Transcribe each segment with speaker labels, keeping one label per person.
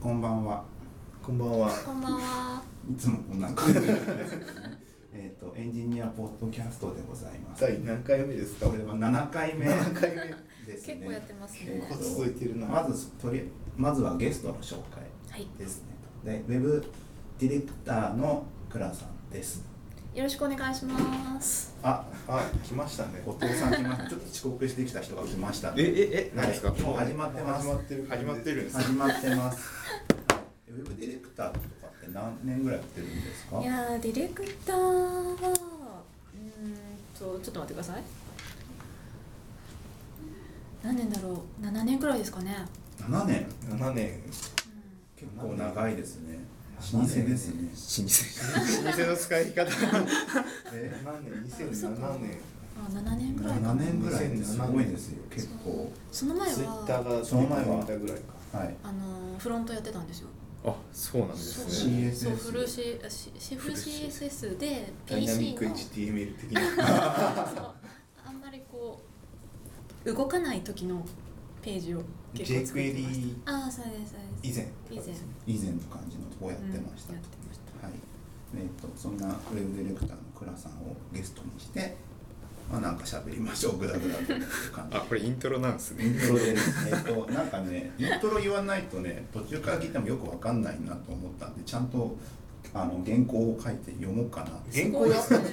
Speaker 1: こんばんは。
Speaker 2: こんばんは。
Speaker 3: こんばんは。
Speaker 1: いつもこんな感じなんですね。えっと、エンジニアポッドキャストでございます。
Speaker 2: 第何回目ですか。
Speaker 1: これは7回目
Speaker 2: 7回目。
Speaker 1: ですね。
Speaker 3: 結構やってますね
Speaker 1: えーと
Speaker 2: 結構続いてるな
Speaker 1: まず、とり、まずはゲストの紹介
Speaker 3: はい。
Speaker 1: ですね。で、ウェブディレクターの倉さんです。
Speaker 3: よろしくお願いします。
Speaker 1: あ、
Speaker 2: あ、来ましたね。
Speaker 1: 後藤さん来ました。ちょっと遅刻してきた人が来ました。
Speaker 4: えええ
Speaker 1: はい
Speaker 4: 何ですか、
Speaker 1: もう始まってます
Speaker 2: 始。まってる。
Speaker 4: 始まってるんです
Speaker 1: 始まってます。ウェブディレクターとかって何年ぐらいやってるんですか
Speaker 3: いやー、ディレクターは、うーんと、ちょっと待ってください。何年だろう、7年くらいですかね。
Speaker 1: 7年
Speaker 2: 七年。
Speaker 1: 結構長いですね老舗ですね
Speaker 4: 老舗の使い方
Speaker 1: え
Speaker 2: 七年。二千七年。
Speaker 3: あ、7年くらいか
Speaker 1: 7
Speaker 3: な。
Speaker 1: 年ぐらいってすごいですよ結構
Speaker 3: その前
Speaker 2: ツイッター
Speaker 3: は、
Speaker 2: が
Speaker 1: その前は
Speaker 2: ツイッターぐらいか。
Speaker 1: はい
Speaker 3: あのーフロントやってたんですよ。
Speaker 4: あそうなんです
Speaker 1: そう
Speaker 4: ね
Speaker 1: CSS
Speaker 3: そう、フル C、あしシフル CSS で
Speaker 2: ダイナ
Speaker 3: PC
Speaker 2: ミック
Speaker 3: の、
Speaker 2: HTML 的な。
Speaker 3: そうあんまりこう動かない時のページを結構作ってました。
Speaker 2: JQuery
Speaker 3: ああ、そうですそうです。
Speaker 2: 以前。
Speaker 3: 以前
Speaker 1: 以前の感じのとこやってました、
Speaker 3: うんや
Speaker 1: は
Speaker 3: ってました
Speaker 1: いえっとそんなウェブディレクターの倉さんをゲストにしてまあなんか喋りましょうグダグダとっていう感じ
Speaker 4: あこれイントロなんです
Speaker 1: イン
Speaker 4: ね
Speaker 1: トロ ですえっとなんかねイントロ言わないとね途中から聞いてもよくわかんないなと思ったんでちゃんとあの原稿を書いて読もうかなって
Speaker 2: 原稿やったの。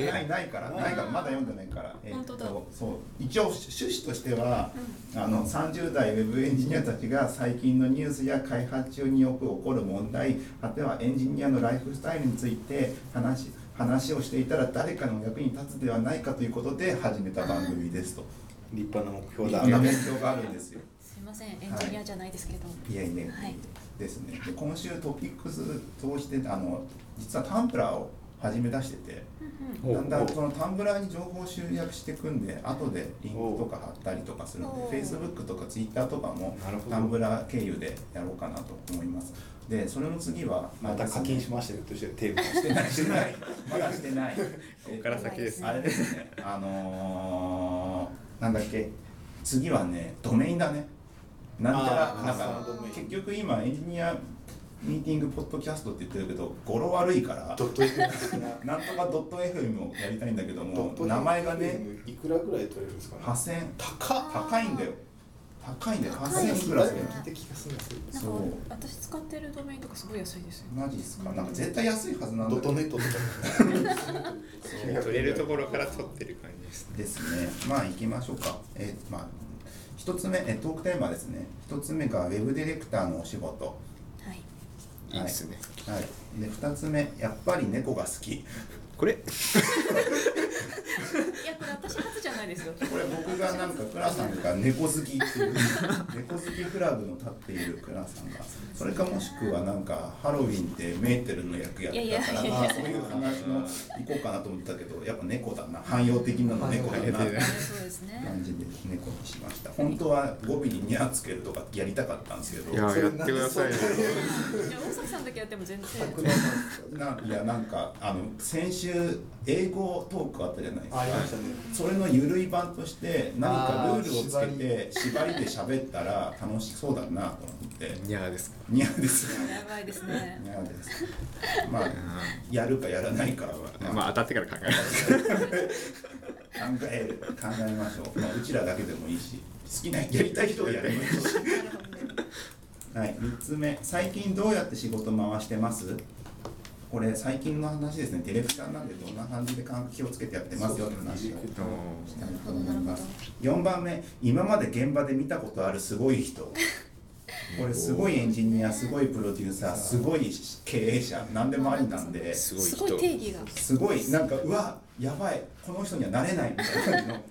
Speaker 1: いやないないからないからまだ読んでないから、えっと
Speaker 3: 本当だ
Speaker 1: そう一応趣旨としては、あの30代ウェブエンジニアたちが最近のニュースや開発中によく起こる問題果てはエンジニアのライフスタイルについて話し話をしていたら誰かの役に立つではないかということで始めた番組ですと。
Speaker 2: 立派な目
Speaker 1: こ
Speaker 2: 標
Speaker 1: ん
Speaker 2: だ。
Speaker 1: な勉強があるん ですよ。
Speaker 3: すいません、エンジニアじゃないですけど。
Speaker 1: いやいやいや、
Speaker 3: はい
Speaker 1: ですね。で今週トピックス通してあの実はタンプラーを始め出してて。
Speaker 3: うん
Speaker 4: お
Speaker 1: だんだんそのタンブラーに情報を集約していくんで後でリンクとか貼ったりとかするので
Speaker 3: おう
Speaker 1: Facebook とか Twitter とかも
Speaker 2: なるほど
Speaker 1: タンブラー経由でやろうかなと思いますでそれの次は
Speaker 2: また課金し
Speaker 1: ま
Speaker 2: ましたよとしてテーマし
Speaker 1: して
Speaker 2: て
Speaker 1: ないしてないまだしてない
Speaker 4: ここから先です
Speaker 1: あれですねあのー、なんだっけ次はねドメインだねなんちゃら
Speaker 2: あー
Speaker 1: なん
Speaker 2: カス
Speaker 1: か
Speaker 2: タムドメイン
Speaker 1: 結局今エンジニアミーティングポッドキャストって言ってるけど語呂悪いから
Speaker 2: ドット FM 的な。
Speaker 1: なんとかドット FM をやりたいんだけど
Speaker 2: ド
Speaker 1: も
Speaker 2: ット
Speaker 1: 名前がね
Speaker 2: FM いくらぐらい取れるんですかね。
Speaker 1: 8000
Speaker 2: 高っ。
Speaker 1: 高いんだよ高いんだよ
Speaker 3: 高い
Speaker 1: 8000
Speaker 3: で
Speaker 1: い
Speaker 3: す
Speaker 1: く
Speaker 3: ね
Speaker 1: ら
Speaker 2: 誰
Speaker 1: する
Speaker 2: かに
Speaker 1: の
Speaker 2: 聞いた気がするんですけど。
Speaker 3: なん
Speaker 1: そう
Speaker 3: か私使ってるドメインとかすごい安いですよ。
Speaker 1: マジっすかなんか絶対安いはずなんだ
Speaker 2: ド
Speaker 1: け
Speaker 2: ッ
Speaker 1: ど
Speaker 2: トネットとか。
Speaker 4: 取れるところから取ってる感じです
Speaker 1: ですねまあ行きましょうかえーまあ一つ目えートークテーマですね一つ目がウェブディレクターのお仕事
Speaker 3: はい。
Speaker 4: いいですね、
Speaker 1: はいで二つ目やっぱり猫が好き
Speaker 4: これ
Speaker 3: いや、これ私初じゃないですよ。
Speaker 1: これ僕がなんか倉さんが猫好きっていう猫好きフラグの立っている倉さんがそれかもしくはなんかハロウィンでメーテルの役やったから
Speaker 3: いやいやいや
Speaker 1: まあそういう話の行こうかなと思ったけどやっぱ猫だな汎用的なの猫だなっていう
Speaker 3: そうですね
Speaker 1: 感。じで猫にしました本当は語尾にニャーつけるとかやりたかったんですけど
Speaker 4: いややってくださいよ
Speaker 3: いや、大崎さんだけやっても全然。
Speaker 1: ないやなんかあの先週英語トークあったじゃないです
Speaker 2: あ
Speaker 1: か
Speaker 2: ありましたね。
Speaker 1: それの緩い版として何かルールをつ
Speaker 2: あ
Speaker 1: け
Speaker 2: ー
Speaker 1: て縛りで喋ったら楽しそうだなと思って
Speaker 4: にゃーですか
Speaker 1: ニャです
Speaker 3: やばいです ね。
Speaker 1: ニャですまあやるかやらないかは、
Speaker 4: まあ当たってから考えます
Speaker 1: 考える考えましょう、まあ、うちらだけでもいいし好きなやりたい人がやればいいしはい3つ目最近どうやって仕事回してますこれ最近の話ですねディレクターなんでどんな感じで感気をつけてやってますよって話をしたいと思います4番目今まで現場で見たことあるすごい 人これすごいエンジニアすごいプロデューサーすごい経営者何でもありなんです
Speaker 4: す
Speaker 3: ご
Speaker 4: ごい
Speaker 3: い定
Speaker 4: 人
Speaker 3: 義が。
Speaker 1: すごいなんかうわやばいこの人にはなれないみたいな感じの
Speaker 4: あも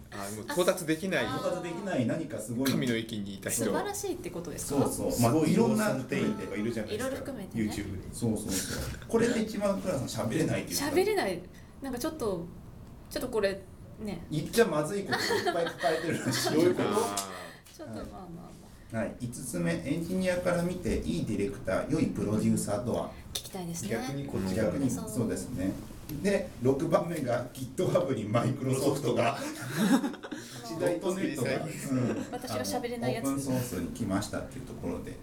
Speaker 4: う到達できない
Speaker 1: 到達できない何かすごい
Speaker 4: 神の域にいた
Speaker 3: 素
Speaker 4: 人
Speaker 3: 晴らしいってことです
Speaker 1: そ
Speaker 3: か
Speaker 1: う。そう
Speaker 2: す
Speaker 1: まあ
Speaker 2: ごい
Speaker 1: い
Speaker 2: い
Speaker 1: ろ
Speaker 2: ろ
Speaker 1: ん
Speaker 2: ん
Speaker 1: な
Speaker 2: な店員とかいるじゃないです
Speaker 3: いろいろ
Speaker 2: か
Speaker 3: 含め。てね
Speaker 2: YouTube に。
Speaker 1: そうそうそうこれで一番倉さん喋れないっていうか
Speaker 3: 喋れない。なんかちょっと。ちょっとこれ。ね。
Speaker 1: 言っちゃまずいことをいっぱい抱えてるらしい
Speaker 2: どういうこ
Speaker 3: ちょっとまあまあまあ。
Speaker 1: はい、5つ目エンジニアから見ていいディレクター良いプロデューサーとは
Speaker 3: 聞きたいですね。
Speaker 2: 逆にこっち
Speaker 1: 逆
Speaker 2: 逆
Speaker 1: に
Speaker 2: に。
Speaker 1: そうですねで6番目が GitHub にマイクロソフトが
Speaker 3: あの
Speaker 1: ドットネットが、うん
Speaker 3: 私は喋れないやつ
Speaker 1: あのオープンソースに来ましたっていうところで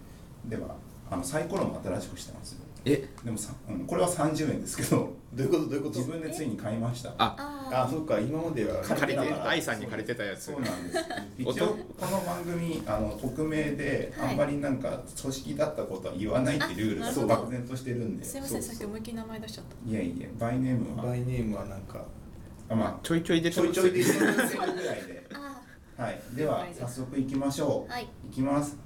Speaker 1: ではあのサイコロも新しくしてますよ
Speaker 5: え
Speaker 1: でもさ、うん、これは30円ですけど
Speaker 2: どういうことどういうこと
Speaker 1: 自分でついに買いました
Speaker 5: あ
Speaker 2: あ
Speaker 3: あ
Speaker 2: そっか今までは
Speaker 1: 借
Speaker 5: 借り
Speaker 1: だ
Speaker 5: て
Speaker 1: から
Speaker 5: 愛さんに借りてたやつ
Speaker 1: そうなんです一
Speaker 5: お
Speaker 1: 応この番組あの匿名で
Speaker 3: はい
Speaker 1: あんまりなんか組織だったことは言わないっていうルールが
Speaker 3: あなるほど
Speaker 1: 漠然としてるんです
Speaker 3: いません
Speaker 1: そ
Speaker 3: さ
Speaker 1: う
Speaker 3: っき
Speaker 1: そう
Speaker 3: 思いっきり名前出しちゃっ
Speaker 1: いやいやバイネームは
Speaker 2: バイネームはなんか
Speaker 1: あま
Speaker 5: ちょいちょい
Speaker 1: あ
Speaker 5: 出
Speaker 1: ち
Speaker 5: て
Speaker 1: ょ
Speaker 5: ま
Speaker 1: い
Speaker 5: す
Speaker 1: ち
Speaker 5: よ
Speaker 1: ょい
Speaker 5: ね
Speaker 1: でしてる ぐらいで
Speaker 3: たあ
Speaker 1: はいでは早速いきましょう
Speaker 3: あはい
Speaker 1: いきます。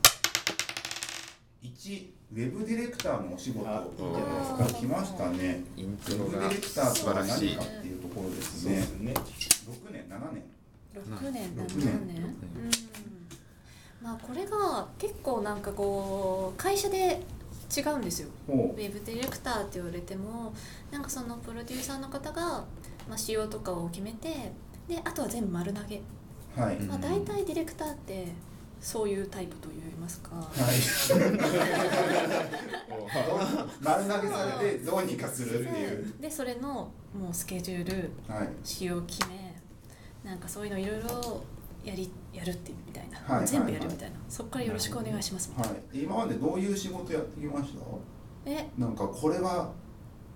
Speaker 1: 1ウェブディレクターのお仕事
Speaker 2: あ
Speaker 1: いいんじゃないですか来ましたね。
Speaker 5: イン
Speaker 1: ウ
Speaker 5: ト
Speaker 1: ェ
Speaker 5: ロ
Speaker 1: ブディ
Speaker 5: が
Speaker 1: レクター
Speaker 5: 素
Speaker 1: とは
Speaker 5: 晴らし
Speaker 1: 何
Speaker 5: い
Speaker 1: かっていうところです
Speaker 2: そうで
Speaker 1: ね
Speaker 2: す。ね
Speaker 1: 6年7年
Speaker 3: 6年
Speaker 1: 六
Speaker 3: 7
Speaker 1: 年
Speaker 3: 年うんまあこれが結構なんかこう会社で違うんですよウ
Speaker 1: ほ
Speaker 3: ェブディレクターって言われてもなんかそのプロデューサーの方が、まあ、仕様とかを決めてであとは全部丸投げ、
Speaker 1: うはい
Speaker 5: うん
Speaker 3: まあ、大体ディレクターってそういうタイプといいますか、
Speaker 1: はい。丸投げされてどうにかするっていう。
Speaker 3: でそれのもうスケジュール
Speaker 1: はい
Speaker 3: 仕様決めなんかそういうのいろいろやりやるっていうみたいな、
Speaker 1: はいはいはい
Speaker 3: 全部やるみたいなそこからよろしくお願いしますみたいな、
Speaker 1: はい。今までどういう仕事やってきました？
Speaker 3: え
Speaker 1: なんかこれは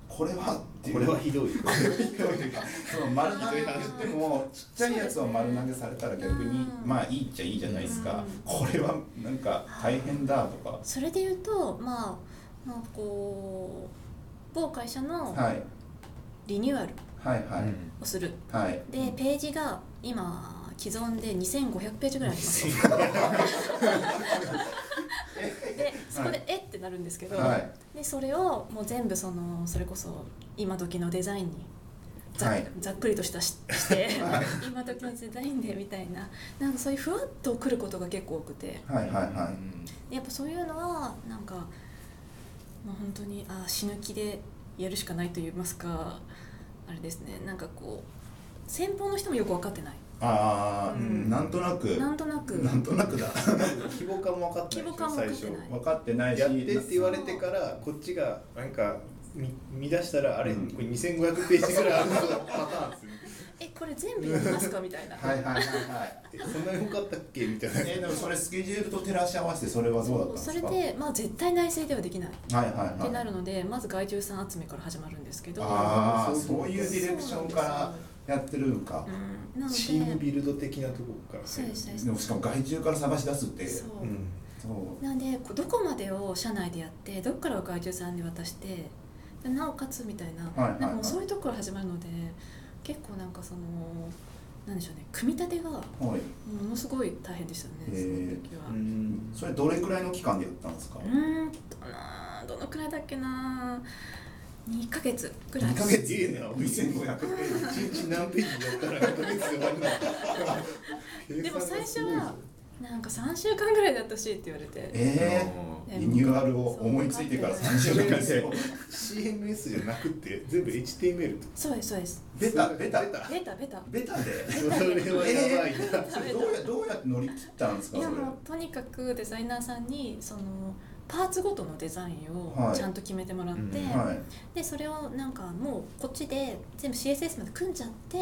Speaker 1: これはっていう。
Speaker 2: これ はひどい
Speaker 1: その丸投げって言ってもちっちゃいやつを丸投げされたら逆に
Speaker 3: うん
Speaker 1: まあいいっちゃいいじゃないですか、
Speaker 3: うん
Speaker 1: これはなんか大変だとか
Speaker 3: それで言うとまあなんかこう某会社の
Speaker 1: はい
Speaker 3: リニューアル
Speaker 1: はいはい、
Speaker 5: うん
Speaker 3: をする、
Speaker 1: はい
Speaker 3: でページが今既存で2500ページぐらいあります でそこで、えってなるんですけど、
Speaker 1: はい
Speaker 3: でそれをもう全部そのそれこそ今時のデザインにざ,、
Speaker 1: はい
Speaker 3: ざっくりとしたしして 今時のデザインでみたいななんかそういうふわっとくることが結構多くて
Speaker 1: はいはいは
Speaker 3: やっぱそういうのはなんかもう本当にあ死ぬ気でやるしかないと言いますかあれですねなんかこう先方の人もよく分かってない。
Speaker 1: ああ、う
Speaker 3: うん
Speaker 1: ん、なんとなく
Speaker 3: なんとなく
Speaker 1: なんとなく だ
Speaker 2: 規模感も分かってない
Speaker 3: 規模感も分かってない
Speaker 1: 分かってないし
Speaker 2: やってって言われてからこっちがなんか見見出したらあれ、
Speaker 1: うん
Speaker 2: これ2500ページぐらいあるぞ パターンですよね
Speaker 3: えこれ全部やりますかみたいな、
Speaker 1: はいはいはい はい
Speaker 2: えそんなに良かったっけみたいな
Speaker 1: えー、でもそれスケジュールと照らし合わせてそれはどうだったんです
Speaker 3: そ
Speaker 1: か
Speaker 3: れでまあ絶対内政ではできないっ
Speaker 1: はいはいはい
Speaker 3: てなるのでまず外注さん集めから始まるんですけど
Speaker 1: ああそういうディレクションからやってるんか
Speaker 3: うんなので
Speaker 2: チームビルド的なところからね
Speaker 3: そうですそうです
Speaker 1: でもしかも外注から探し出すって
Speaker 3: そう、
Speaker 2: うん
Speaker 1: そう
Speaker 3: なのでこうどこまでを社内でやってどこからを外注さんに渡してでなおかつみたいな,、
Speaker 1: はいはいはい
Speaker 3: なんかもうそういうとこから始まるので結構なんかそのなんでしょうね組み立てがも
Speaker 1: はい、
Speaker 3: のすごい大変でしたね
Speaker 1: へ
Speaker 3: そ
Speaker 1: ー
Speaker 3: の時は。
Speaker 2: うん
Speaker 1: それどれくらいの期間でやったんですか
Speaker 3: うーんとなどのくらいだっけな2ヶ月ぐらい
Speaker 1: 2ヶ月で
Speaker 2: うん
Speaker 1: 2500ページ
Speaker 2: 一日何ページだったら何ヶ月で終わるの
Speaker 3: でも最初はなんか3週間ぐらいだったしって言われて
Speaker 1: え
Speaker 5: もう
Speaker 1: ー、リニューアルを思いついてから3週間で
Speaker 2: CMS じゃなくて全部 HTML と
Speaker 3: そうですそうです
Speaker 1: ベタベタ
Speaker 2: ベタ
Speaker 3: ベタベタ
Speaker 1: ベタで
Speaker 2: それはやばいな、
Speaker 1: それどうやどうやって乗り切ったんですか
Speaker 3: い
Speaker 1: そ
Speaker 3: や
Speaker 1: れ
Speaker 3: もうとにかくデザイナーさんにそのパーツごとのデザイン
Speaker 1: は
Speaker 3: を
Speaker 1: い
Speaker 3: ちゃんと決めてもらって、
Speaker 5: うん
Speaker 1: はい
Speaker 3: でそれをなんかもうこっちで全部 CSS まで組んじゃって、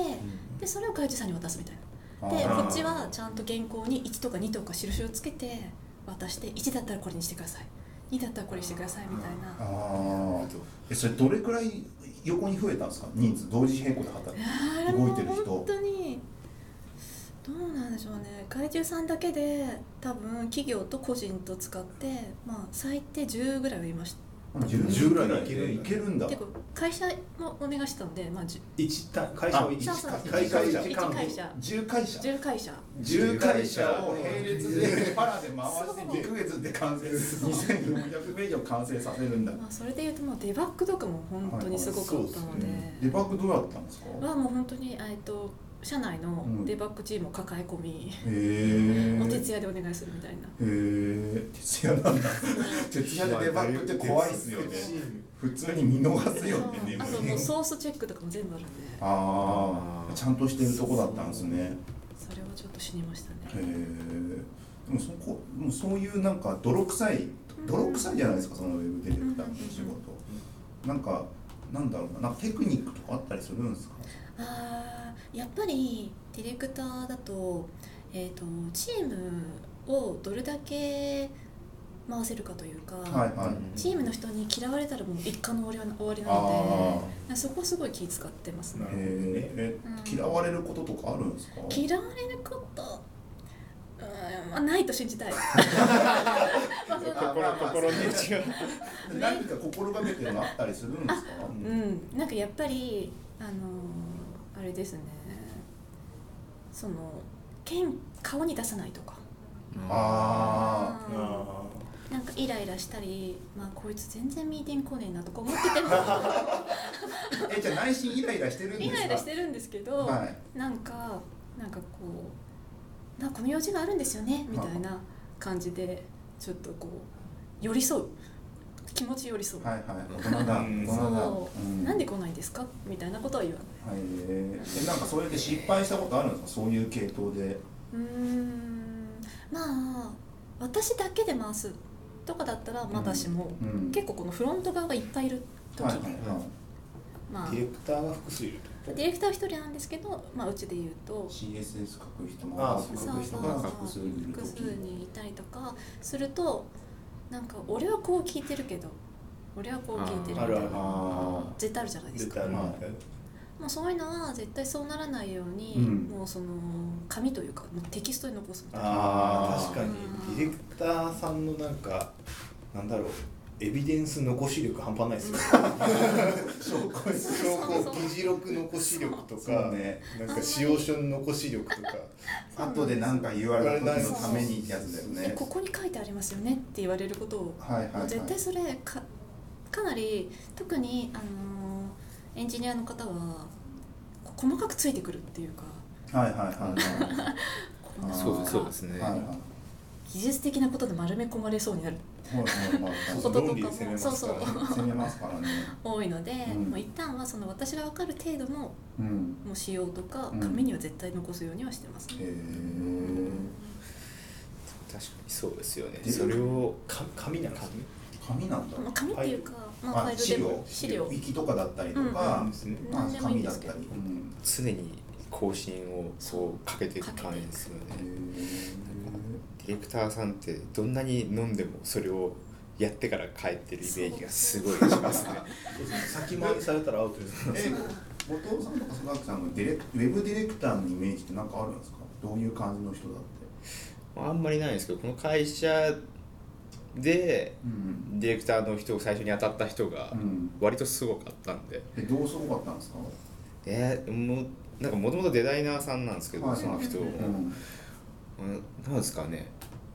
Speaker 3: でそれを外注さんに渡すみたいな。
Speaker 1: あ
Speaker 3: で
Speaker 1: ー
Speaker 3: こっちはちゃんと原稿に1とか2とか印をつけて渡して1だったらこれにしてください2だったらこれにしてくださいみたい
Speaker 1: あ
Speaker 3: な
Speaker 1: ーえそれどれくらい横に増えたんですか人数同時並行で働く
Speaker 3: あれも
Speaker 1: 動いてる人
Speaker 3: 本当にどうなんでしょうね怪獣さんだけで多分企業と個人と使ってまあ最低10ぐらいはいまし
Speaker 1: 10
Speaker 2: ぐらいで
Speaker 1: いけるん
Speaker 3: た
Speaker 1: だ
Speaker 3: でこう会社もお願いしたのでまあ 10,
Speaker 2: 一単会社を一
Speaker 3: そうそうそう
Speaker 2: 会社を一
Speaker 3: 1
Speaker 2: 単位
Speaker 3: 会社
Speaker 1: 10会社
Speaker 3: 10会社
Speaker 1: 10会社を並列でパラで回して2ヶ月で完成2400ページを完成させるんだ
Speaker 3: まあそれでいうともうデバッグとかも本当にすごかったので,、
Speaker 1: デバッグどうだったんですか
Speaker 3: はもう本当にえっと社内のデバッグチームを抱え込み、
Speaker 1: へえ
Speaker 3: お徹夜でお願いするみたいな。
Speaker 1: へえ徹夜なんだ徹夜でデバッグって怖いっすよね普通に見逃すよね眠
Speaker 3: あと
Speaker 1: り
Speaker 3: もうソースチェックとかも全部あるんで、
Speaker 1: ああちゃんとしてるとこだったんですね
Speaker 3: それはちょっと死にました
Speaker 1: へえ
Speaker 3: ね。
Speaker 1: でもそこもうそういうなんか泥臭い泥臭いじゃないですかそのウェブディレクターの仕事なんかなんだろうななんかテクニックとかあったりするんですか
Speaker 3: ああ、やっぱりディレクターだと、えっ、とチームをどれだけ回せるかというか、
Speaker 1: はいはい
Speaker 3: チームの人に嫌われたらもう一家の終わりは終わりな
Speaker 1: あ
Speaker 3: のでそこをすごい気使ってますね
Speaker 1: あ、ええ
Speaker 3: うん
Speaker 1: 嫌われることとかあるんですか
Speaker 3: 嫌われることうーんまあないと信じたいまあその
Speaker 4: 心心の内は
Speaker 1: 何か心がけてるのあったりするんですか
Speaker 3: うんなんかやっぱりあのーあれですねそのけん顔に出さないとか
Speaker 1: あ
Speaker 2: ああ
Speaker 3: なんかイライラしたり、まあ、こいつ全然ミーティング来ねえなとか思ってても
Speaker 1: あえじゃあ内心イライラしてるんです
Speaker 3: イ
Speaker 1: か
Speaker 3: ライラしてるんですけど、
Speaker 1: はい
Speaker 3: なんかなんかこうなんかこの用事があるんですよねみたいな感じでちょっとこう寄り添う気持ち寄り添う、
Speaker 1: はいはい大人だ
Speaker 2: う
Speaker 1: 大
Speaker 2: ん
Speaker 1: 人だ
Speaker 3: そう、
Speaker 1: ん
Speaker 3: なんで来ないんですかみたいなことは言わない
Speaker 1: はいえーえなんかそれで失敗したことあるんですかそういう系統で
Speaker 3: うーんまあ私だけで回すとかだったらまだしも、
Speaker 1: うん
Speaker 3: 結構このフロント側がいっぱいいる時、
Speaker 1: はいはいは
Speaker 3: まあ
Speaker 2: ディレクターが複数いる
Speaker 3: ディレクターは一人なんですけど、まあ、うちで言うと
Speaker 1: い CSS 書く人も
Speaker 2: あー
Speaker 1: 書
Speaker 3: そうそう
Speaker 1: く人が複数にいる
Speaker 3: 複数
Speaker 1: 時
Speaker 3: にいたりとかするとなんか俺はこう聞いてるけど俺はこう聞いてるみたい
Speaker 2: あーある
Speaker 3: な
Speaker 1: ああ
Speaker 3: 絶対あるじゃないです
Speaker 2: 絶
Speaker 3: か
Speaker 2: 対ある
Speaker 1: は
Speaker 3: もうそういうのは絶対そうならないように、
Speaker 1: うん
Speaker 3: もうその紙というかもうテキストに残すみたいな
Speaker 2: あ
Speaker 1: あー
Speaker 2: ー確かにディレクターさんのなんかなんだろうエビデンス残し力半端ないですよ
Speaker 1: 証拠です
Speaker 2: 証拠議事録残し力と
Speaker 1: そう
Speaker 2: か、
Speaker 1: ね
Speaker 2: なんか使用書の残し力とか
Speaker 1: 後で何か言われた時のためにってやつだよ
Speaker 3: え
Speaker 1: ね
Speaker 3: ここに書いてありますよねって言われることを
Speaker 1: はいはい
Speaker 3: も
Speaker 1: は
Speaker 3: う
Speaker 1: い
Speaker 3: 絶対それかかなり特に、あのーエンジニアの方はこ細かくついてくるっていうか
Speaker 1: はいはいはいはい
Speaker 3: こうなんか
Speaker 1: そうそう
Speaker 4: ですね
Speaker 1: はいはい
Speaker 3: 技術的なことで丸め込まれそうになる
Speaker 1: はいはいはい
Speaker 2: そう
Speaker 3: こととか
Speaker 2: 論理
Speaker 3: も
Speaker 2: で攻めます
Speaker 3: そ
Speaker 2: か
Speaker 3: う
Speaker 2: ら
Speaker 3: そう
Speaker 1: 攻めますからね
Speaker 3: 多いので、
Speaker 1: うん
Speaker 3: もう一旦はその私が分かる程度のも
Speaker 1: うん
Speaker 3: う仕様とか
Speaker 1: うん
Speaker 3: 紙には絶対残すようにはしてますね、
Speaker 1: へ
Speaker 4: 確かにそうですよね
Speaker 1: で
Speaker 4: それを
Speaker 2: か紙なんですね
Speaker 1: ー紙なんだ
Speaker 3: まあ、紙っていうか、まあ、ファイルでも資料
Speaker 1: ウィキとかだったりとか
Speaker 2: 紙ですね
Speaker 1: まあ
Speaker 3: 何でもいい
Speaker 1: 紙
Speaker 3: んで
Speaker 1: だっ
Speaker 3: すけ
Speaker 1: た
Speaker 3: ど
Speaker 1: りうん
Speaker 4: 常に更新をそうかけていく感じですよね
Speaker 1: へー
Speaker 4: ディレクターさんってどんなに飲んでもそれをやってから帰ってるイメージがすごいしますね
Speaker 2: 先回りされたらアウトです
Speaker 1: え後藤さんとか坂木さんのディレウェブディレクターのイメージって何かあるんですかどういう感じの人だって
Speaker 4: あんまりないんですけどこの会社で
Speaker 1: うん
Speaker 4: ディレクターの人を最初に当たった人が
Speaker 1: うん
Speaker 4: 割とすごかったんで、
Speaker 1: えどうすごかったんですか
Speaker 4: えーもうなんかもともとデザイナーさんなんですけど、
Speaker 1: はい
Speaker 4: その人
Speaker 3: う
Speaker 4: も、
Speaker 1: うん
Speaker 4: うんなんですかね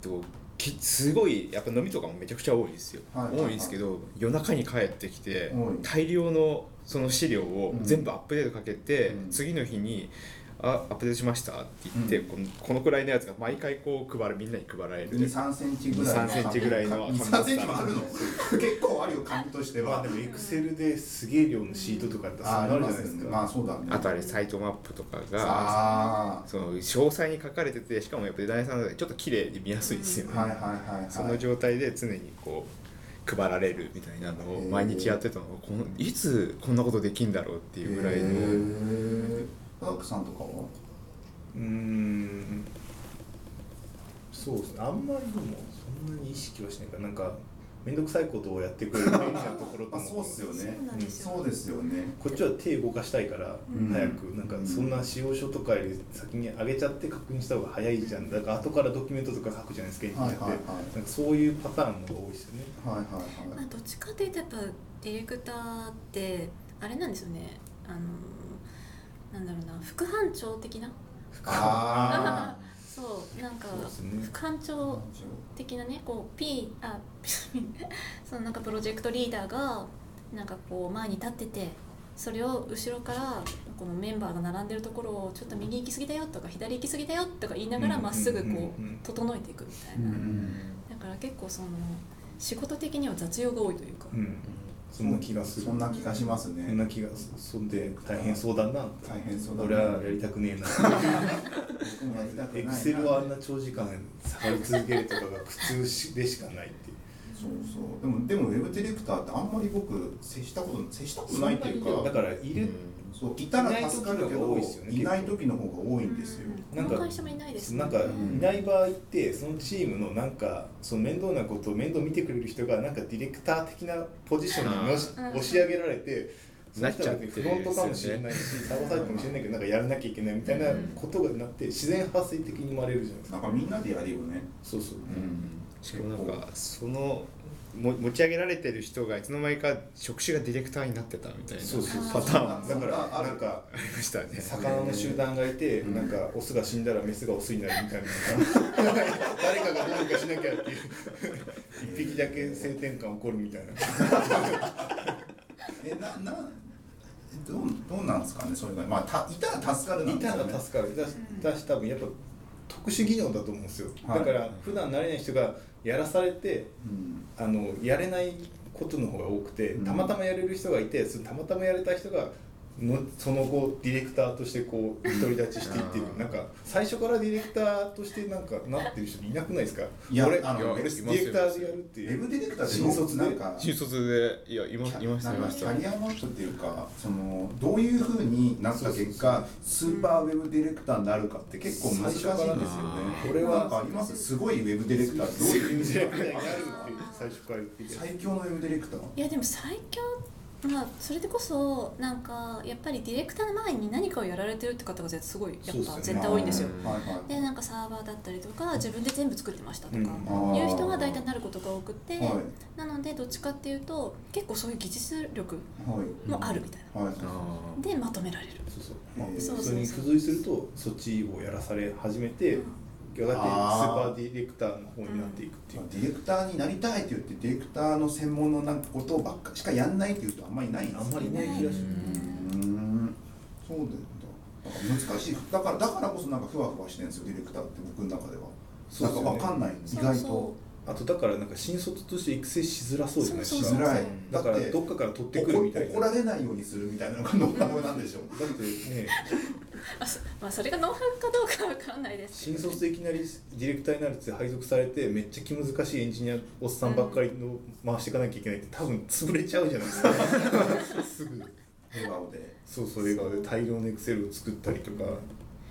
Speaker 4: ときすごいやっぱ飲みとかもめちゃくちゃ多いんですよ、
Speaker 1: はいはいはい
Speaker 4: 多いんですけど夜中に帰ってきて
Speaker 1: 多い
Speaker 4: 大量のその資料を
Speaker 1: うん
Speaker 4: 全部アップデートかけて、
Speaker 1: うん
Speaker 4: 次の日に「あアップデートしました」って言って、
Speaker 1: うん
Speaker 4: このこのくらいのやつが毎回こう配るみんなに配られる
Speaker 1: 2、3センチぐらいの
Speaker 4: 2 3センチぐらいの
Speaker 1: 2、3センチもあるの結構あるよ、紙として
Speaker 2: まあ
Speaker 1: は
Speaker 2: で。もエクセルですげえ量のシートとかだったら
Speaker 1: あ
Speaker 2: そう
Speaker 1: り
Speaker 2: な
Speaker 1: ま
Speaker 2: るじゃ
Speaker 1: す
Speaker 2: ないです
Speaker 1: ね。
Speaker 2: か、
Speaker 1: まあそうだね。
Speaker 4: あとあれサイトマップとかが
Speaker 1: あ
Speaker 4: その詳細に書かれててしかもやっぱデザイナーさんなのでちょっと綺麗に見やすいですよね、
Speaker 1: ーはいはいはいはい。
Speaker 4: その状態で常にこう配られるみたいなのを毎日やってたのがこのいつこんなことできんだろうっていうぐらいの
Speaker 1: の。科学さんとかは
Speaker 2: うーんそうですねあんまりでもそんなに意識はしないからなんか面倒くさいことをやってくれる便利なところと
Speaker 1: あ
Speaker 2: 思
Speaker 1: そうっすよね
Speaker 3: そうなんですよ
Speaker 1: そうですよね。
Speaker 2: こっちは手動かしたいから
Speaker 1: うん
Speaker 2: 早く、なんかそんな使用書とかより先に上げちゃって確認した方が早いじゃんだから後からドキュメントとか書くじゃないですか、
Speaker 1: はいはいはい
Speaker 2: ってなんかそういうパターンの方が多いですよね
Speaker 1: はいはい
Speaker 3: まあ、どっちかっていうとやっぱディレクターってあれなんですよねあのなんだろうな副班長的な
Speaker 1: はい。ああ。
Speaker 3: そうなんか
Speaker 2: そうですね
Speaker 3: 副班長的なねこう P あ そのなんかプロジェクトリーダーがなんかこう前に立っててそれを後ろからこのメンバーが並んでるところをちょっと右行き過ぎだよとか左行き過ぎだよとか言いながら
Speaker 2: うん
Speaker 3: まっすぐこ
Speaker 2: うんうんうん
Speaker 3: う整えていくみたい
Speaker 1: うんう
Speaker 3: な、
Speaker 1: ん。
Speaker 3: だから結構その仕事的には雑用が多いというか、
Speaker 2: うんそんな気がする
Speaker 1: そんな気がします
Speaker 2: そん
Speaker 1: ね。
Speaker 2: な気がするそんで大変そうだな
Speaker 1: 大変そうだね
Speaker 2: 俺はやりたくねえな
Speaker 1: 僕もやりたくない
Speaker 2: エ
Speaker 1: な
Speaker 2: クセルをあんな長時間触り続けるとかが苦痛でしかないっていう
Speaker 1: そうそうでもでもウェブディレクターってあんまり僕接したこと接したことないっていうか
Speaker 2: だからいる、
Speaker 1: そういたら助かるけどい
Speaker 2: い
Speaker 1: な
Speaker 2: ないい
Speaker 1: 時の方が多いんですよ、
Speaker 3: こ
Speaker 2: なんか
Speaker 3: の会社もいないですね
Speaker 2: なんか
Speaker 4: うん
Speaker 2: いない場合ってそのチームのなんかその面倒なことを面倒見てくれる人がなんかディレクター的なポジションにのし
Speaker 3: うん
Speaker 2: 押し上げられてその人は別にフロントかもしれ
Speaker 4: な
Speaker 2: ないしサーバーサイドかもしれないけどなんかやらなきゃいけないみたいなことがなって自然発生的に生まれるじゃないですか
Speaker 1: なんかみんなでやるよね
Speaker 2: そうそう
Speaker 1: うん
Speaker 4: しかもなんかそのも持ち上げられてる人がいつの間にか職種がディレクターになってたみたいな
Speaker 2: そうそう
Speaker 3: あー
Speaker 4: パターンあ
Speaker 2: だから
Speaker 1: あ
Speaker 2: なんか
Speaker 4: りましたね
Speaker 2: 魚の集団がいて、
Speaker 1: うん
Speaker 2: なんかオスが死んだらメスがオスになるみたい ななんか誰かがどうにかしなきゃっていう一匹だけ性転換起こるみたいな
Speaker 1: えななどうどうなんですかねそれがまあたいたら助かるなん
Speaker 2: い
Speaker 1: です
Speaker 2: た
Speaker 1: よね
Speaker 2: ら助かるだしだし多分やっぱ特殊技能だと思うんですよ、
Speaker 1: はい
Speaker 2: だから普段慣れない人がやらされて
Speaker 1: うん
Speaker 2: あのやれないことの方が多くて
Speaker 1: うん
Speaker 2: たまたまやれる人がいてそのたまたまやれた人がのその後ディレクターとしてこう独り立ちしていって
Speaker 4: う
Speaker 2: る
Speaker 4: ん
Speaker 2: なんか最初からディレクターとしてなんかなってる人いなくないですか
Speaker 1: いや
Speaker 2: 俺
Speaker 1: あの
Speaker 2: いや俺
Speaker 1: い
Speaker 2: デ
Speaker 1: ます
Speaker 4: よ
Speaker 2: ィレクターでやるって
Speaker 1: ウ
Speaker 2: い
Speaker 1: ェ
Speaker 2: う
Speaker 1: ブディレクターって
Speaker 2: 新卒で
Speaker 1: なんか
Speaker 4: 新卒でいやいまいましたいまし
Speaker 1: キ
Speaker 4: た
Speaker 1: ャリアマップっていうかそのどういうふうになった結果スーパーウェブディレクターになるかって結構難しいんですよね
Speaker 2: 最初
Speaker 4: からな
Speaker 2: これは
Speaker 1: なんかありますすごいウェブディレクターってどういう意味
Speaker 2: ディレ
Speaker 1: で
Speaker 2: クターになるっていう最初から言ってて
Speaker 1: 最強のウェブディレクター
Speaker 3: いやでも最強まあそれでこそなんかやっぱりディレクターの前に何かをやられてるって方がすごいや
Speaker 2: そうっ
Speaker 3: っ
Speaker 2: すよ
Speaker 3: ぱ
Speaker 2: ね
Speaker 3: 絶対多いんですよ
Speaker 4: うん
Speaker 1: はいはい
Speaker 3: でなんかサーバーだったりとか自分で全部作ってましたとか、
Speaker 2: うん
Speaker 1: あー
Speaker 3: いう人が大体なることが多くて、
Speaker 1: はい
Speaker 3: なのでどっちかっていうと結構そういう技術力
Speaker 1: はい
Speaker 3: もあるみたいな、
Speaker 1: はい
Speaker 4: あ
Speaker 3: でまとめられる
Speaker 2: そうそう
Speaker 1: えー
Speaker 3: そう
Speaker 2: それに付随するとそっちをやらされ始めて、やがてスーパーディレクターの方になっていくっていう、
Speaker 1: ディレクターになりたいって言ってディレクターの専門のなんかことばっかしかやんないっていうとあんまりないんですよ
Speaker 2: あんまりいない気がする
Speaker 1: うーんそうだよなんか難しいだからだからこそなんかふわふわしてるんですよディレクターって僕の中では
Speaker 2: そうですよね
Speaker 1: なんかわかんない意
Speaker 3: そう
Speaker 1: 外
Speaker 3: そ
Speaker 1: と
Speaker 2: あとだからなんか新卒として育成しづらそうじゃないです
Speaker 3: う
Speaker 2: か
Speaker 1: しづらい
Speaker 4: うん
Speaker 2: だから
Speaker 1: って
Speaker 2: どっかから取ってくるみたいな
Speaker 1: 怒怒られないようにするみたいなのがノウハウなんでしょ
Speaker 2: だってね
Speaker 3: あそまあ、それがノウハウかどうかわかんないですけ
Speaker 2: 新
Speaker 3: ど
Speaker 2: 卒でいきなりディレクターになるって配属されてめっちゃ気難しいエンジニアおっさんばっかりの回していかなきゃいけないって多分潰れちゃうじゃないですかすぐ
Speaker 1: 笑顔で
Speaker 2: そうそれが大量のエクセルを作ったりとか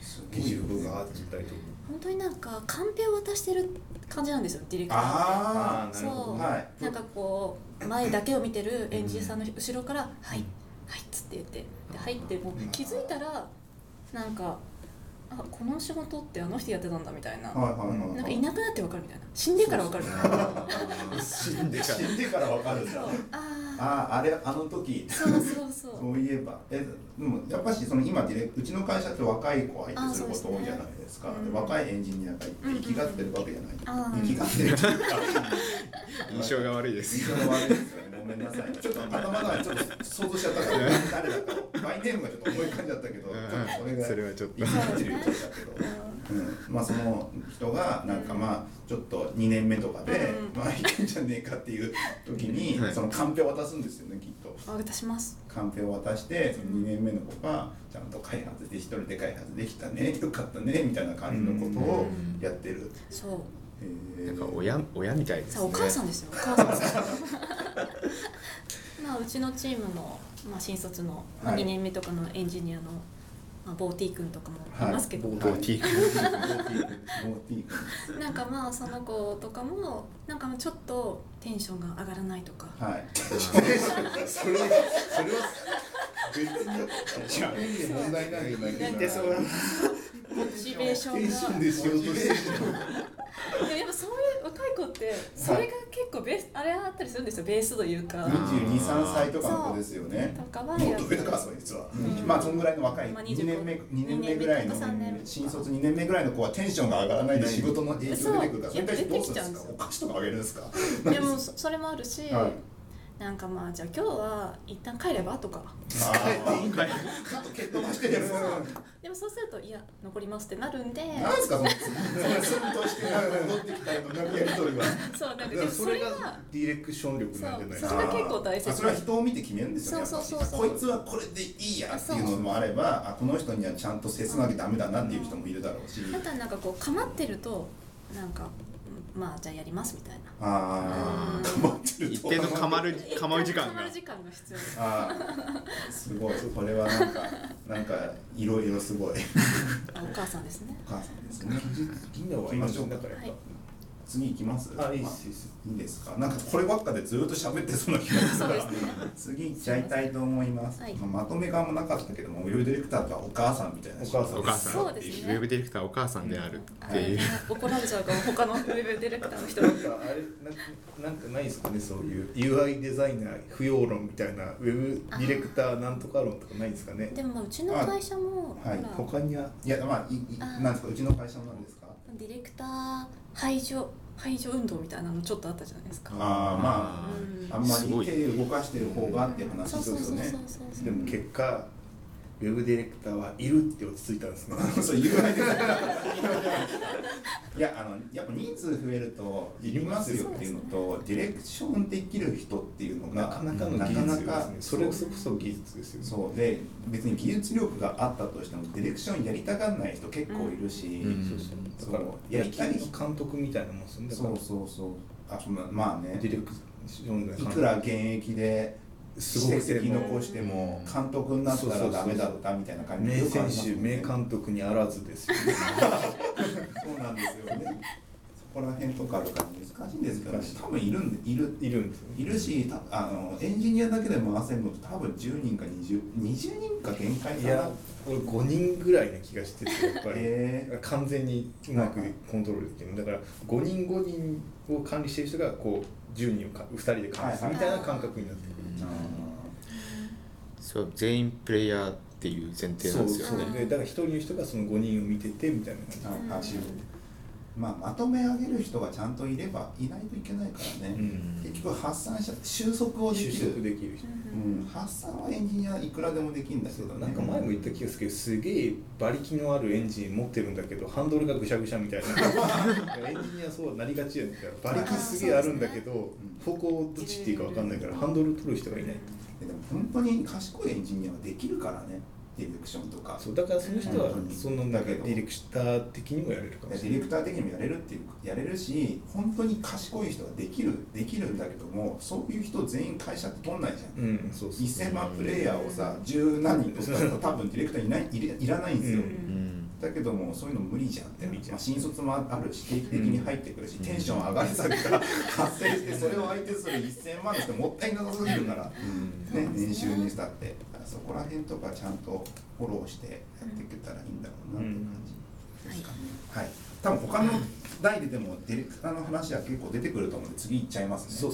Speaker 1: す
Speaker 2: 技術
Speaker 1: ごいよ
Speaker 2: があ
Speaker 1: ね
Speaker 2: ったりとか
Speaker 3: 本当になんかカンペを渡してる感じなんですよディレクターって
Speaker 1: あ
Speaker 2: ー
Speaker 3: そう
Speaker 1: はい
Speaker 3: なんかこう前だけを見てるエンジニアさんの後ろから「はいはい」っつって言ってで「はい」ってもう気づいたらなんか「あこの仕事ってあの人やってたんだ」みたいな
Speaker 1: あはいはいはい
Speaker 3: なんかいなくなってわかるみたいな死んでからわかるみたいな
Speaker 4: あ死んでか
Speaker 1: 死んでからわかるんだ
Speaker 3: あ
Speaker 1: あああれあの時
Speaker 3: あそうそうそ
Speaker 1: そうういえばえでもやっぱしその今ディレうちの会社って若い子相手する
Speaker 3: あ
Speaker 1: こ
Speaker 3: そ
Speaker 1: と
Speaker 3: うですね
Speaker 1: 多いじゃないですか
Speaker 3: うん
Speaker 1: で若いエンジニアがいて生きがってるわけじゃない、
Speaker 3: あー
Speaker 1: 生きがってるっていうか
Speaker 4: 印象が悪いです
Speaker 1: 印象が悪いですよねごめんなさいちょっと頭の中でちょっと想像しちゃったから誰だかマイネームがちょっと思い浮かんじゃったけどちょっとそれ
Speaker 4: うん
Speaker 1: が
Speaker 4: それはちょっと
Speaker 1: 生きがってるようだけど うんまあその人がなんかまあちょっと2年目とかで
Speaker 3: うん
Speaker 1: まあいけんじゃねえかっていう時に
Speaker 4: はい
Speaker 1: そのカンペを渡すんですよねきっと。
Speaker 3: あ渡します
Speaker 1: カンペを渡してその2年目の子がちゃんと開発で一人で開発できたねよかったねみたいな感じのことをやってる、
Speaker 3: そう
Speaker 1: へー
Speaker 4: なんか親親みたいですね
Speaker 3: さあお母さんですよお母さんですまあうちのチームの、まあ、新卒のまあ
Speaker 1: はい
Speaker 3: 2年目とかのエンジニアの、まあ、ボーティー君とかもいますけど、
Speaker 2: はい
Speaker 4: ボーティー
Speaker 1: もういいか
Speaker 3: なんかまあその子とかもなんかちょっとテンションが上がらないとか
Speaker 1: なはい
Speaker 2: それそれは別に問題なんじゃない
Speaker 3: なんか モチベーショ
Speaker 2: 精
Speaker 3: ン
Speaker 2: 神
Speaker 3: が
Speaker 2: で仕事してる
Speaker 3: いややっぱそういう若い子ってそれが結構ベース、あれあったりするんですよベースというか、
Speaker 1: 223歳とかの子ですよね
Speaker 3: とか
Speaker 1: も
Speaker 3: は
Speaker 1: うど
Speaker 3: やっ
Speaker 1: う
Speaker 3: て
Speaker 1: いうかそう実は、
Speaker 3: うん
Speaker 1: まあそんぐらいの若い
Speaker 3: まあ
Speaker 1: 2年目
Speaker 3: 25
Speaker 1: ,2 年目ぐらいの
Speaker 3: 二年目とか
Speaker 1: 新卒2年目ぐらいの子はテンションが上がらないで仕事の影響出てくるから
Speaker 3: そ
Speaker 1: れ
Speaker 3: う
Speaker 1: に対してどうするんです
Speaker 3: いや出てきちゃ
Speaker 1: か
Speaker 3: う
Speaker 1: お菓子とかあげるんですか
Speaker 3: でもそそれもあるし、
Speaker 1: はい
Speaker 3: なんかまあじゃあ今日は一旦帰ればとか
Speaker 1: あーちょっと蹴っ飛ばしてるやつ
Speaker 3: でもそうするといや残りますってなるんで
Speaker 1: なんですかその寸として戻ってきたのやり取りは
Speaker 3: そうなんか
Speaker 2: だか
Speaker 3: でも
Speaker 2: ら
Speaker 3: そ
Speaker 2: それ
Speaker 3: れ
Speaker 2: が
Speaker 3: が
Speaker 2: ディレクション力なんじゃないです
Speaker 3: そ
Speaker 2: か
Speaker 3: れが結構大切
Speaker 1: あそれは人を見て決めるんですよね
Speaker 3: そうそう
Speaker 1: やっぱり
Speaker 3: そうそう
Speaker 1: こいつはこれでいいやっていうのもあればあこの人にはちゃんと接さなきゃダメだなっていう人もいるだろうし
Speaker 3: あとはなんかこう構ってるとなんかまあじゃあやりますみたいな
Speaker 1: ああ、
Speaker 3: うん
Speaker 1: 構ってる
Speaker 4: 一定の構まる構う時間
Speaker 3: 構
Speaker 4: が
Speaker 3: う時間が必要
Speaker 1: ああ、すごい。これはなんか、なんか、いろいろすごい。
Speaker 3: あお母さんですね
Speaker 1: お母さんですね。
Speaker 2: 銀河は今旬だからやっ
Speaker 1: 次行きます
Speaker 2: ぱ。あいいですいいです
Speaker 1: いいですかなんかこればっかでずっと喋ってそうな気がするから次行っちゃいたいと思います、
Speaker 3: はい
Speaker 1: まあまとめ側もなかったけどもウェブディレクターとはお母さんみたいな人
Speaker 2: お母さん
Speaker 4: お母さん
Speaker 3: そう
Speaker 4: ウ
Speaker 3: ですね
Speaker 4: ェブディレクターお母さんであるっていう、
Speaker 3: あ怒られちゃうかも他のウェブディレクターの人
Speaker 2: な
Speaker 3: も
Speaker 2: んかあれなんかなんかないですかねそういう UI デザイナー不要論みたいなウェブディレクターなんとか論とかないんですかね
Speaker 3: でもうちの会社も
Speaker 1: あはい
Speaker 3: ほら
Speaker 2: 他にはい
Speaker 1: やまあいい
Speaker 3: あー
Speaker 1: なんですかうちの会社なんですか
Speaker 3: ディレクター排除排除運動みたいなのちょっとあったじゃないですか
Speaker 1: ああま
Speaker 3: あ
Speaker 1: ああんますり
Speaker 4: ごい
Speaker 1: 手動かしてる方がっていう話
Speaker 3: そう
Speaker 1: です
Speaker 3: そ
Speaker 1: よ
Speaker 3: うそうそう
Speaker 1: ね
Speaker 3: そう
Speaker 2: でも結果ウェブディレクターはいるって落ち着いたんですね
Speaker 1: そう言わないでくださいいやあのやっぱ人数増えるといりますよっていうのとディレクションできる人っていうのが
Speaker 2: なかなかの技術ですねそれこそ技術ですよね
Speaker 1: そうで別に技術力があったとしてもディレクションやりたがらない人結構いるし、
Speaker 4: うん
Speaker 2: そうそうだか
Speaker 1: そう
Speaker 2: ら野球の監督みたいなもんですよねだか
Speaker 1: そ
Speaker 2: ら
Speaker 1: うそうそうあそんなまあね
Speaker 2: ディレクションが
Speaker 1: いくら現役です
Speaker 2: ごく
Speaker 1: 成績残しても
Speaker 4: うん
Speaker 1: 監督になった
Speaker 2: そうそう
Speaker 1: ら
Speaker 2: そう
Speaker 1: ダメだったみたいな感じ
Speaker 2: 名
Speaker 1: よくあり
Speaker 2: 選
Speaker 1: ます
Speaker 2: 手
Speaker 1: もんね
Speaker 2: 名監督にあらずですよね
Speaker 1: そうなんですよねそこら辺とかあるから難しいんですけど
Speaker 2: 難しい
Speaker 1: 多分いるんでいる
Speaker 2: いるんですよ
Speaker 1: い
Speaker 2: ね
Speaker 1: るしたあのエンジニアだけで回せるのって多分10人か2020人か限界
Speaker 2: い
Speaker 1: かな
Speaker 2: や俺5人ぐらいな気がしててやっぱり、
Speaker 1: へえ
Speaker 2: 完全にうまくコントロールできるだから5人5人を管理してる人がこう10人をか2人で管理するみたいな感覚になってくる、
Speaker 4: うん
Speaker 1: あ
Speaker 4: そう全員プレイヤーっていう前提なんですよ
Speaker 2: そうそう
Speaker 4: ね
Speaker 2: でだから一人の人がその5人を見ててみたいな感
Speaker 1: ーあ足を
Speaker 3: うん
Speaker 1: まあ、まとめ上げる人がちゃんといればいないといけないからね、
Speaker 2: うん
Speaker 1: 結局発散しちゃって収束をで
Speaker 2: じ
Speaker 1: きる
Speaker 2: 就職できる人
Speaker 3: う、
Speaker 1: うんん、発散はエンジニアいくらでもできるんだけどね
Speaker 2: なんか前も言った気がするけどすげえ馬力のあるエンジン持ってるんだけどハンドルがぐしゃぐしゃみ たいなエンジニアそうなりがちやねんから馬力すげえあるんだけど、方向どっちっていうか分かんないからハンドル取る人がいない
Speaker 1: でも本当に賢いエンジニアはできるからねディレクションとか
Speaker 2: そうだからその人は
Speaker 1: うん
Speaker 2: そのなんかディレクター的にもやれるかも
Speaker 1: デ
Speaker 2: しれ
Speaker 1: ィ
Speaker 2: ない
Speaker 1: レクター的にもやれるっていうかやれるし本当に賢い人ができるできるんだけどもそういう人全員会社って取んないじゃん、
Speaker 2: うんそうそう
Speaker 1: 1000万プレイヤーをさ十何人とったら多分ディレクターいないいれいらないんですよ、
Speaker 2: うん
Speaker 4: うん
Speaker 1: だけどもそういうの無理じゃんって、
Speaker 2: 無理じゃん
Speaker 1: まあ、新卒もあるし定期的に入ってくるし、
Speaker 4: うん
Speaker 1: テンション上がり下げが発生してそれを相手する1000万ってもったいなさすぎるから、
Speaker 4: う
Speaker 1: ね、
Speaker 4: ん
Speaker 1: 年収にしたってだからそこら辺とかちゃんとフォローしてやっていけたらいいんだろうなって感じですかね、はい多分他の代ででもディレクターの話は結構出てくると思うんで次行っちゃいますね
Speaker 2: そう